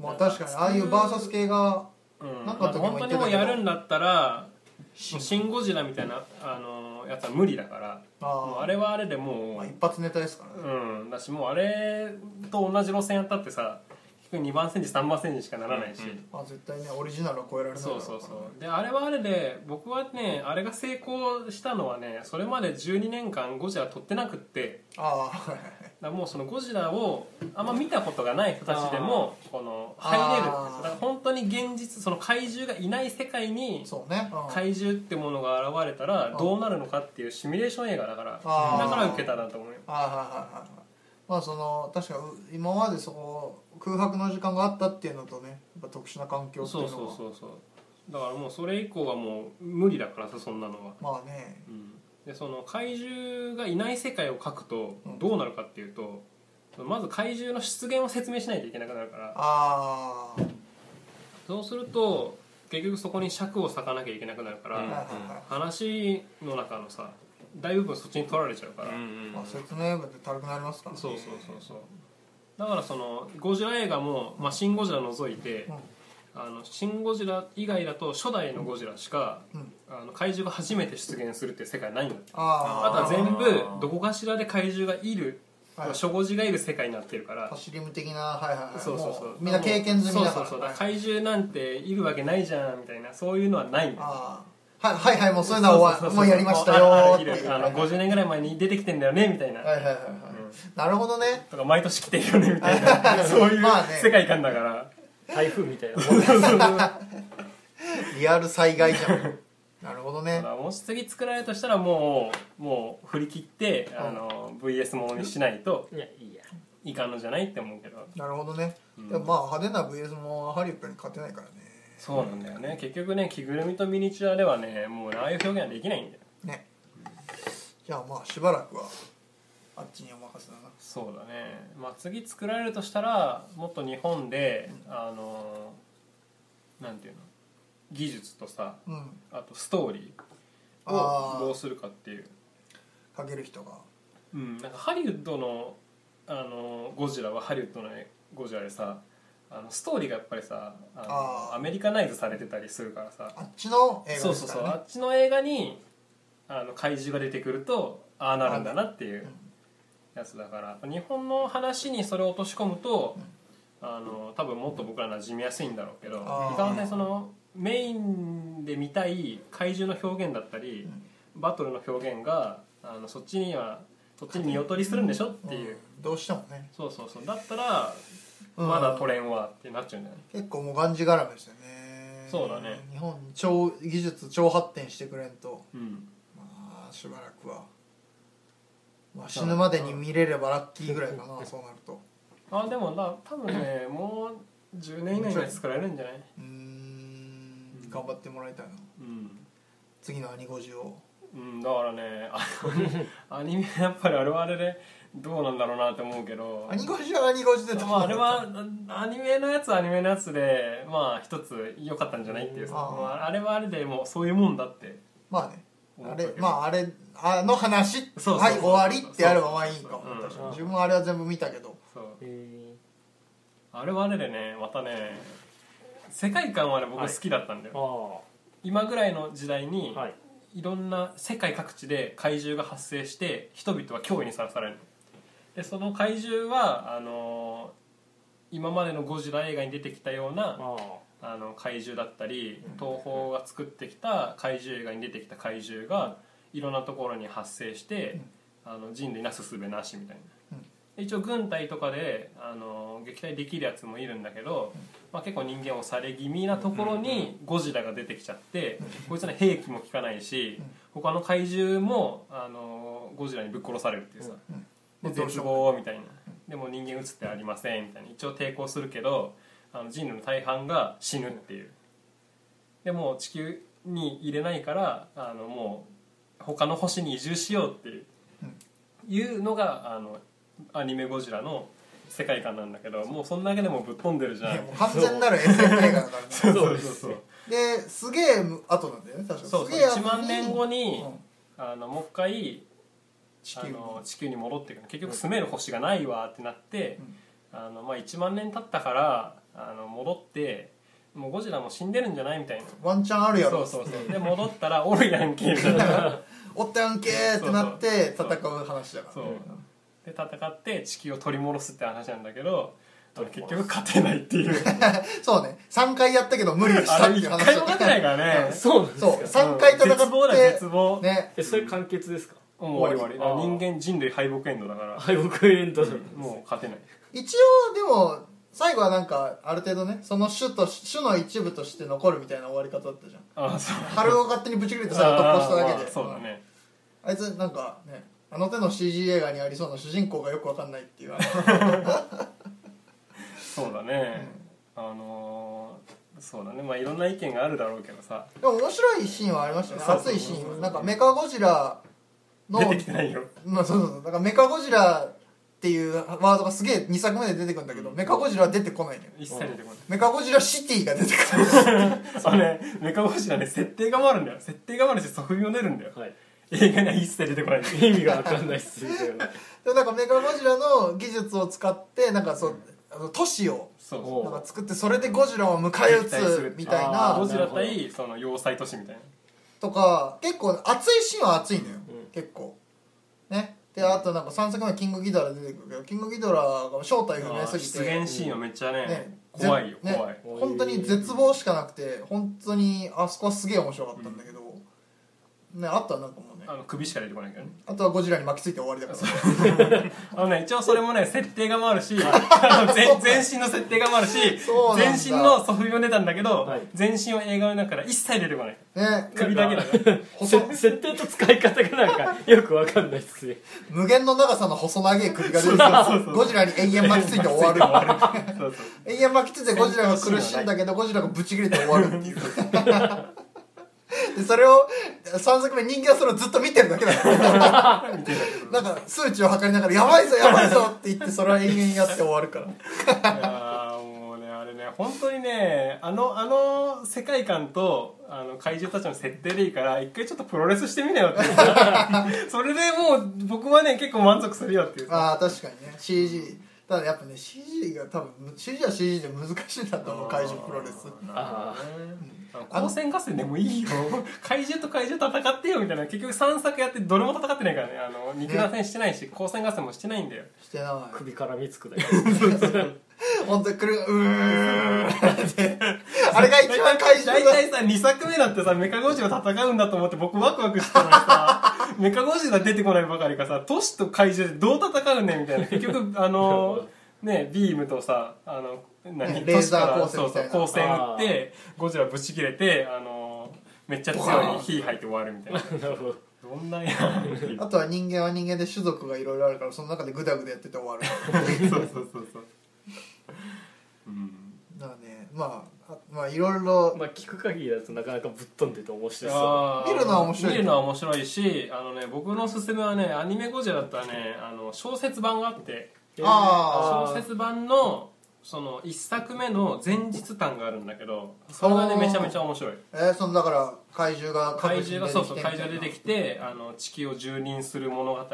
A: まあ確かにああいうバーサス系が
B: うん、
A: なんかとかも言
B: 本当
A: ってた
B: にもう
A: けど
B: やるんだったら「シン・ゴジラ」みたいなあのやつは無理だから
A: あ
B: も
A: ー
B: うあれはあれでも
A: まあ
B: う
A: 一発ネタですからね
B: うんだしもうあれと同じ路線やったってさ結局2番線時3番線時しかならないし、
A: まあ絶対ねオリジナルは超えられないだ
B: そ
A: ろ
B: うそう
A: か
B: そうであれはあれで僕はねあれが成功したのはねそれまで12年間ゴジラ撮ってなくって
A: らああはいはいはい
B: だからもうそのゴジラをあんま見たことがない人たちでもこの入れるって
A: あー
B: だから本当に現実その怪獣がいない世界に
A: そうねうん
B: 怪獣ってものが現れたら
A: ん
B: どうなるのかっていうシミュレーション映画だからだ
A: あー
B: から受けたなと思うよ
A: はいはいはいはいまあその確かう今までそこ空白の時間があったっていうのとねやっぱ特殊な環境っていう
B: そ
A: の
B: う
A: は
B: そうそうそうだからもうそれ以降はもう無理だからさそんなのは、
A: まあね
B: うんでその怪獣がいない世界を描くと
A: うん
B: どうなるかっていうと、まず怪獣の出現を説明しないといけなくなるから
A: ああ
B: そうすると結局そこに尺を割かなきゃいけなくなるから、
A: はいはいは
B: 話の中のさ大部分そっちに取られちゃうから、
A: い、まあ、説明文で足りなくなりますから、
B: そうそうそうそうだからそのゴジラ映画も、まあ、シン・ゴジラ除いて、あのシン・ゴジラ以外だと初代のゴジラしか、
A: うん
B: あの怪獣が初めて出現するっていう世界ないんだってあと
A: あ
B: は全部どこかしらで怪獣がいる、
A: あ、はい、
B: 初ゴジがいる世界になってるから
A: パシリム的なはいはいはい
B: そうそうそう
A: もみんな経験済みだから
B: そうそうそうだから怪獣なんているわけないじゃんみたいなそういうのはないんだよ
A: ああはいはいはいもうそういうのは終わもうやりましたよーっていう
B: あの50年ぐらい前に出てきてんだよねみたいな、
A: はいはいはいはい、なるほどね
B: とか毎年来てるよねみたいな そうい う
A: まあね
B: 世界観だから、
C: 台風みたいなもんだ
A: リアル災害じゃ んなるほど
B: だ
A: ね
B: からもし次作られるとしたらもうもう振り切ってあの VS ものにしないと
C: いやいいや
B: いかんのじゃないって思うけど
A: なるほどね、でもまあ派手な VS もハリウッドに勝てないからね
B: そうなんだよね結局ね着ぐるみとミニチュアではねもうねああいう表現はできないんだよ
A: ねじゃあまあしばらくはあっちにお任せだな
B: そうだね、まあ、次作られるとしたらもっと日本であのなんていうの技術とさ
A: うん
B: あとストーリー
A: あ
B: を
A: ー
B: どうするかっていう、
A: かける人が
B: うん、なんかハリウッドのあのゴジラはハリウッドのゴジラでさあのストーリーがやっぱりさあの
A: あー
B: アメリカナイズされてたりするからさ
A: あっちの映画
B: そう
A: です
B: そう
A: か
B: そう
A: ら
B: あ
A: ね
B: っちの映画にあの怪獣が出てくるとああなるんだなっていうやつだから日本の話にそれを落とし込むとあの多分もっと僕ら馴染みやすいんだろうけどい
A: あー
B: かんせんそのメインで見たい怪獣の表現だったりバトルの表現があのそっちにはそっちに見劣りするんでしょっていう
A: うんどうしてもね
B: そうそうそうだったら
A: うん
B: まだ取れんわってなっちゃうんじゃない
A: 結構もうがんじがらめですよね
B: そうだね
A: 日本超技術超発展してくれんと
B: うん
A: まあしばらくは、まあ、死ぬまでに見れればラッキーぐらいかなそうなると
B: あでもな多分ねもう10年以内には作られるんじゃないう
A: ーん頑張ってもらいたいな
B: うん
A: 次のアニゴジを
B: うん、だからねあのアニメやっぱりあれはあれでどうなんだろうなって思うけど
A: アニゴジはアニゴジで
B: まあ、あれはあアニメのやつはアニメのやつでまあ一つ良かったんじゃないっていうさ
A: うん
B: まあ、あれはあれでもうそういうもんだって
A: まあね
B: 思
A: あ
B: ったけ
A: れ
B: ど
A: まああれあの話
B: そうそうそう
A: はい終わりってあればまあいいかも
B: うん
A: 確かに自分はあれは全部見たけど
B: そう
C: へえ
B: あれはあれでねまたね世界観はね僕好きだったんだよ、
C: ああ
B: 今ぐらいの時代に、
C: はい
B: いろんな世界各地で怪獣が発生して人々は脅威にさらされるのでその怪獣はあのー今までのゴジラ映画に出てきたよう
C: あ
B: な
C: あ
B: あの怪獣だったり東宝が作ってきた怪獣映画に出てきた怪獣がいろんなところに発生してあの人類なすすべなしみたいな
A: うん
B: で一応軍隊とかであのー撃退できるやつもいるんだけど、まあ、結構人間をされ気味なところにゴジラが出てきちゃってこいつら兵器も効かないし他の怪獣もあのーゴジラにぶっ殺されるっていうさで
A: どうし
B: 絶
A: よう
B: 望みたいなでも人間映ってありませんみたいな一応抵抗するけどあの人類の大半が死ぬっていうでもう地球に入れないからあのもう他の星に移住しようっていう,、いうのがあのアニメ「ゴジラ」の世界観なんだけどもうそんだけでもぶっ飛んでるじゃん
A: ねもう完全なる SF 映画だからね
B: そうそうそう
A: ですげえ後なんだよね確か
B: そう
A: すげえ後
B: 1万年後に、
A: うん
B: あのもう一回
A: 地
B: あ
A: 球に
B: の地球に戻ってくる結局住める星がないわってなって、あのまあ、1万年経ったからあの戻ってもうゴジラも死んでるんじゃないみたいな
A: ワンチャンあるや
B: そ
A: ろ
B: うそうそうで戻ったら「おるやんけ」みたいな
A: おったやんけーってなって
B: そ
A: 戦
B: う
A: う
B: そう
A: 話だか
B: そ
A: ら
B: う
A: ね
B: で戦って地球を取り戻すって話なんだけどあの結局勝てないっていう
A: そうね3回やったけど無理でした
B: あ
A: っ
B: れ
A: ていう
B: 1回
A: 話
B: も勝てないからね
C: そうなんです
A: そう
C: か
A: 3回戦って
B: 絶望だよ絶望、
A: ね
C: えそれ完結ですか
B: もう終わり
C: 終わり
B: 人間人類敗北エンドだから
C: 敗北エンド
B: もう 勝てない
A: 一応でも最後はなんかある程度ねその種と種の一部として残るみたいな終わり方だったじゃん
B: あそう
A: 春を勝手にぶち切れて最後突破しただけで、
B: あー そうだね
A: あいつなんかねあの手の CG 映画にありそうな主人公がよくわかんないっていうあの
B: そうだね、あのーそうだねまあいろんな意見があるだろうけどさ
A: でも面白いシーンはありましたね
B: そうそ
A: 熱
B: う
A: いシーンはなんかメカゴジラの
B: 出てきてないよ
A: まあそうそうそうだからメカゴジラっていうワードがすげえ2作目で出てくるんだけど、メカゴジラは出てこないのよ
B: 一切出てこない、
A: メカゴジラシティが出てくる
B: あのねメカゴジラね設定が回るんだよ設定が回るし即興出るんだよ、
C: はい
B: 映画には一切出てこない
C: 意味が分かんないっすよ
A: でもなんかメガゴジラの技術を使ってなんかそうあの都市を
B: そうそう
A: なんか作ってそれでゴジラを迎え撃
B: 撃退す
A: つ
B: る
A: みたい
C: あー
B: ゴ
A: な
B: ジラ対その要塞都市みたいな
A: とか結構熱いシーンは熱いのよ、結構ねであとなんか3作目はキングギドラ出てくるけどキングギドラが正体不明
B: 出
A: す
B: 現
A: ぎ
B: シ
A: て
B: ーンはめっちゃね
A: ね
B: 怖いよ
A: ぜ
B: 怖い、
A: ね、本当に絶望しかなくて本当にあそこはすげえ面白かったんだけど、ねあとはなんかもうね
B: あの首しか出てこないけどね
A: あとはゴジラに巻きついて終わりだから
B: あのね一応それもね設定が回 るしあの全全身の設定が回るし
A: そうなん
B: 全
A: だ
B: 身のソフビも出たんだけど、
C: はい
B: 全身は映画の中から一切出てこない
A: ね
B: 首だけだ から
A: 細
C: せ設定と使い方がなんかよく分かんないっすね
A: 無限の長さの細長い首が出てくるゴジラに永遠巻きついて終 わる
B: そ うそう
A: 永遠巻きついてゴジラが苦しいんだけどゴジラがブチ切れて終わるっていう でそれを3作目人間はそれをずっと見てるだけだからなんか数値を測りながら「やばいぞやばいぞ」って言ってそれは永遠やって終わるから
B: いやーもうねあれね本当にねあのあの世界観とあの怪獣たちの設定でいいから一回ちょっとプロレスしてみなよっていうさそれでもう僕はね結構満足するよっていうさ
A: ああ確かにね CG ただやっぱね CG が多分 CG は CG で難しいんだと思う怪獣プロレス
C: あ
B: あの光線合戦でもいいよ怪獣と怪獣戦ってよみたいな結局3作やってどれも戦ってないからねあの肉弾戦してないし光線合戦もしてないんだよ
A: してな
C: 首から見つくだけ
A: い本当にくるう ーんってあれが一番怪
B: 大
A: 獣だ
B: 体さ2作目だってさメカゴジラ戦うんだと思って僕ワクワクしてたの にさメカゴジラ出てこないばかりかさ都市と怪獣でどう戦うねんみたいな結局あ のねビームとさあの
A: ね
B: 何
A: レーザー光
B: 都市
A: 線
B: から
A: みたいな
B: そうそう光線打ってゴジラぶち切れてあのめっちゃ強い火吐いて終わるみたいな
C: なるほど
B: どんなんやそう
A: あとは人間は人間で種族がいろいろあるからその中でグダグダやってて終わる
B: そうそうそううん
A: だからねまああまあいろいろ
C: まあ聞く限りだとなかなかぶっ飛んでて面白そ
B: あー
A: 見るのは面白い
B: 見るのは面白いしあのね僕のおすすめはねアニメゴジラだったらねあの小説版があって
C: う
A: あ
B: 小説版のその1作目の前日譚があるんだけどそれがね
A: あー
B: めちゃめちゃ面白い
A: えー、そのだから怪獣が各
B: 怪
A: 地に
B: 獣がそうそう怪
A: みたいな
B: 獣出てきてあの地球を蹂躙する物語があ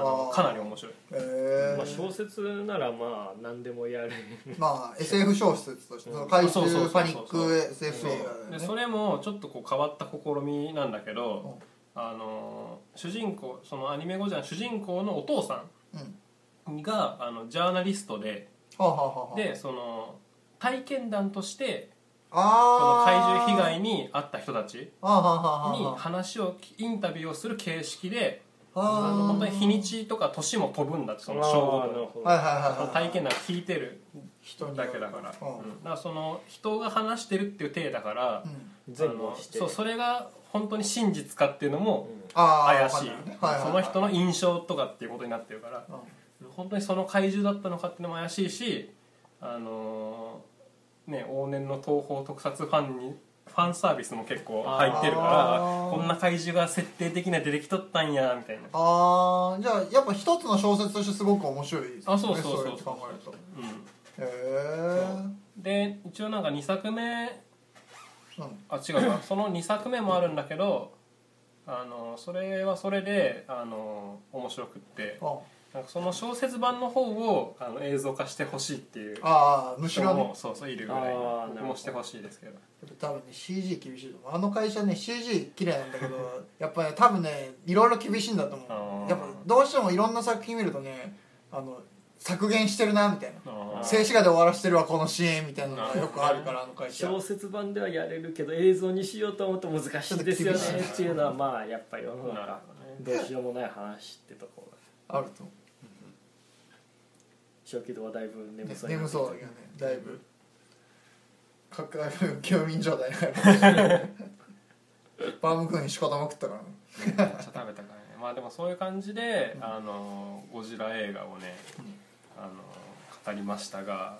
B: の
A: あー
B: かなり面白い
A: え
C: まあ、
A: ー
C: 小説ならまあ何でもやる
A: まあ SF 小説としてその怪
B: そうそうそうそ
A: 獣
B: う
A: パニック SF 映画
B: で
A: だよ
B: そ
A: ね
B: れもちょっとこう変わった試みなんだけどあの主人公そのアニメゴジラの主人公のお父さ
A: うん
B: んがあのジャーナリストで
A: はあはあはあはあ
B: でその体験談としてその怪
A: あ
B: 獣
A: ー
B: 被害に遭った人たち
A: あはあはあはあ
B: に
A: は
B: 話をインタビューをする形式であ
A: あ
B: の本当に日にちとか年も飛ぶんだってその称
C: あーなる
B: 号
C: ほど
A: はいはいはい
B: の
A: はい
B: 体験談聞いてる
A: 人によ
B: だ
A: る
B: けだから,、
A: うん
B: うんだからその人が話してるっていう体だから、
A: うん
C: 全
B: あ
C: 部
B: の
C: 押して
B: そうそれが本当に真実かっていうのも
A: あー
B: 怪しい,、
A: わかんなねはいはい
B: そ
A: は
B: の
A: い
B: 人の印象とかっていうことになってるから、本当にその怪獣だったのかっていうのも怪しいしあのーね往年の東宝特撮ファンにファンサービスも結構入ってる
A: あ
B: か
A: ー
B: らこんな怪獣が設定的な出てきとったんやみたいな、
A: あーじゃあやっぱ一つの小説としてすごく面白いですね
B: あそうそうそう
A: やって考えると
B: う
A: へえ
B: ん、で一応なんか2作目あ違うなその2作目もあるんだけどあのそれはそれであの面白くってなんかその小説版の方をあの映像化してほしいっていう
A: ああむし
B: 人
A: ろね
B: もそうそういるぐらい
C: あー
B: 僕もしてほしいですけど
A: 多分ね CG 厳しいと思うあの会社ね CG 綺麗なんだけどやっぱね多分ねいろいろ厳しいんだと思
B: あ
A: う
B: ー
A: やっぱどうしてもいろんな作品見るとねあの削減してるなみたいな
B: あー
A: 静止画で終わらしてるわこのシーンみたいなのがよくあるからあの会社
C: 小説版ではやれるけど映像にしようと思うと難しいですよね
A: ちょっと厳しい
C: っていうのはまあやっぱ世の
B: なる
C: 中どうしようもない話ってとこ
A: あると思う
C: 小規度はだいぶ眠そうに
A: 眠
C: なってき
A: そうだけどねだい ぶ各外部休眠状態だからバームクーヘン仕方まくったからね
B: めっちゃ食べたからねまあでもそういう感じで、あのゴジラ映画をね、あの語りましたが、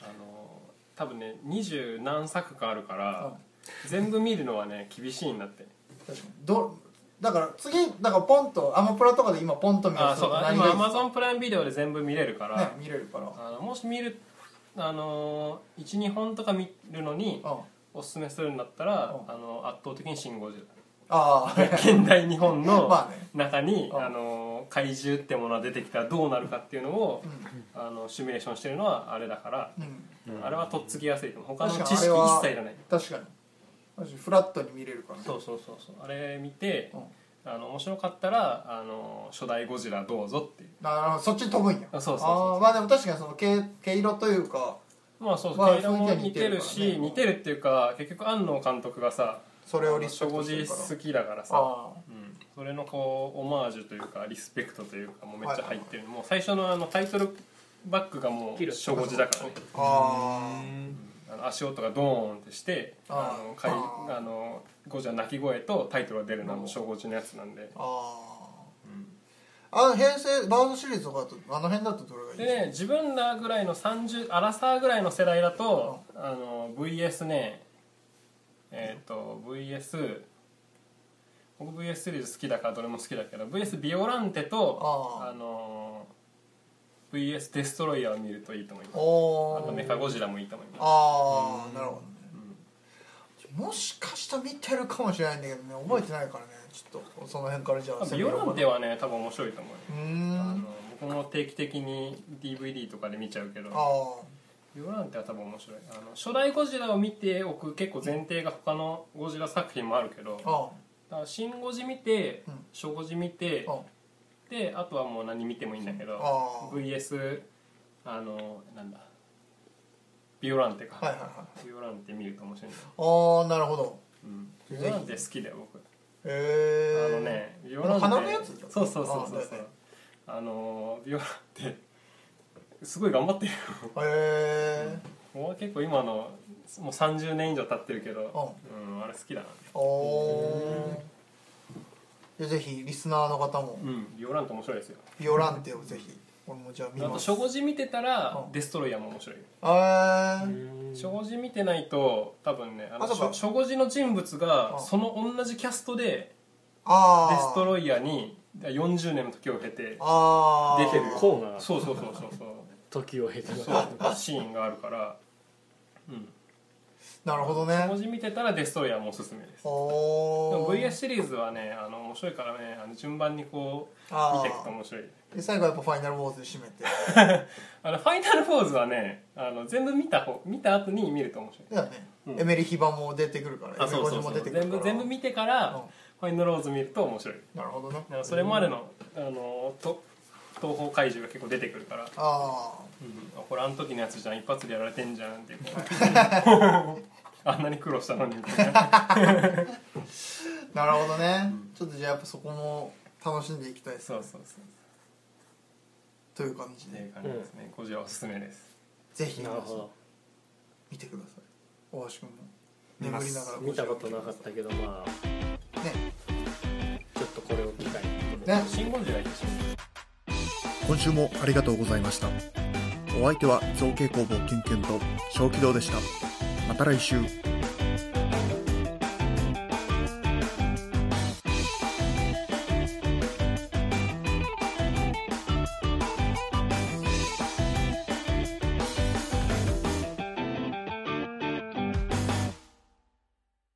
B: あの多分ね二十何作かあるから、全部見るのはね厳しいんだって
A: 確かにどだから次だからポンとアマプラとかで今ポンと見
B: あそうか今アマゾ
A: ン
B: ンプライムビデオで全部見れるから、
A: ね見れるから
B: あのもし見るあの12本とか見るのに
A: うん
B: おすすめするんだったら、
A: うん
B: あの圧倒的に「シン・ゴジラ」
A: あ あ
B: 現代日本の
A: まあね
B: 中に、
A: うん
B: あの怪獣ってものが出てきたらどうなるかっていうのを、あのシミュレーションしてるのはあれだから、
A: うん
B: あれはとっつきやすいと思う他の知
A: 確
B: 識
A: か
B: 一
A: にあ
B: 切
A: れはい
B: らない
A: 確かにマジフラットに見れるからね
B: そうそうそうそうあれ見て、
A: うん
B: あの面白かったらあの初代ゴジラどうぞっていう
A: なるほどそっちに飛ぶんや
B: あそうそうそう
A: あーまあでも確かにその毛毛色というか
B: まあそう
A: まあ
B: そう毛色も
A: 雰囲
B: 似
A: 気は似てる
B: てる
A: から
B: し、
A: ね
B: 似てるっていうか結局安野監督がさ
A: それをリスペ
B: 初
A: ク
B: ゴ
A: トして
B: ジ
A: るから
B: 好きだからさ
A: ああ
B: うん、それのこうオマージュというかリスペクトというかもうめっちゃ入ってる、もう最初のあのタイトルバックがもう初ゴジだからね
A: あ
B: あの足音がドーンってして
A: あ
B: あ
A: ー
B: のかい
A: あー
B: あのゴジラ鳴き声とタイトルが出るのはもう初ゴジのやつなんで
A: ああああの平成バードシリーズとかだとあの辺だとどれがいい
B: で
A: ですか
B: ね自分らぐらいの30アラサーぐらいの世代だとあの VS ねえっ、と VS 僕 VS シリーズ好きだからどれも好きだけど VS ビオランテと
A: あ
B: あのー VS デストロイヤーを見るといいと思いますあ
A: お
B: と
A: ー
B: メカゴジラもいいと思いま
A: ああなるほどね、もしかしたら見てるかもしれないんだけどね覚えてないからねちょっとその辺からじゃあ
B: すビオランテ
A: は
B: はね多分面白いと思うよ
A: うー
B: あの
A: ん
B: 僕も定期的に DVD とかで見ちゃうけど
A: ああ
B: ビオランテは多分面白いあの初代ゴジラを見ておく結構前提が他のゴジラ作品もあるけどだか
A: あ
B: ら新ゴジ見て
A: うん
B: 初ゴジ見て
A: ああ
B: であとはもう何見てもいいんだけど
A: あー
B: VS あのなんだビオランテか、
A: はいはいはい
B: ビオランテ見ると面白いんだ
A: ああなるほど
B: ビオランテ好きだよ僕
A: へ
B: あ
A: え
B: のねビオランテ
A: 花のやつ
B: そうそうそうそう
A: あ
B: そ
A: だよね
B: うあのビオランテすごい頑張ってるよ
A: へえ
B: 僕は結構今のもう30年以上経ってるけど
A: あ
B: うんあれ好きだな
A: おおーでぜひリスナーの方も
B: うんビオランテ面白いですよ
A: ビオランテをぜひ俺もじゃあ
B: あ
A: 見
B: と
A: ます
B: 初ゴジ見てたら
A: うん
B: デストロイヤーも面白いよ
A: あー
B: 初ゴジ見てないと多分ねあの
A: あそうか
B: 初初ゴジの人物
A: あ
B: がその同じキャストで
A: あ
B: デスト
A: イ
B: ロイヤーに40年の時を経て
A: あー
B: 出てる
C: コーナー
B: そうそうそうそうそう
C: 時を経てます
B: そうシーンがあるからうん
A: なるほど
B: 文
A: ね
B: 字見てたらデストロイヤーもおすすめですで
A: お
B: も
A: お
B: VS シリーズはねあの面白いからねあの順番にこう見
A: あ
B: ていく
A: ー
B: と面白い
A: で最後はやっぱファイナルウォーズで締 めて
B: あのファイナルフォーズはねあの全部見た方見た後に見ると面白い
A: だよね、
B: うん
A: エメリヒバも出てくるからエ
B: あ
A: メ
B: そ
A: リ
B: う
A: ゴ
B: そ
A: ジ
B: うそ
A: も
B: う
A: 出てくるから
B: 全部全部見てから、
A: うん
B: ファイナルフォーズ見ると面白い
A: なるほどね
B: だからそれまでのあのと東方怪獣が結構出てくるから、
A: あ
B: あこれあの時のやつじゃん一発でやられてんじゃんっていう あんなに苦労した のにみたいな
A: あなるほどね、ちょっとじゃあやっぱそこも楽しんでいきたいです
B: そうそうそう
A: という感じ
B: ってい
A: で
B: う感じですね、こちらおすすめです
A: ぜひ
C: な
A: 皆
C: る
A: さん
C: ほど
A: 見てください大橋君も眠りながら
C: 見たことなかったけどまあ
A: ね
C: ちょっとこれを機会に
A: ね
B: シン・ゴジラ一緒に
E: 今週もありがとうございましたお相手は造形工房キュンキュンと小気道でしたまた来週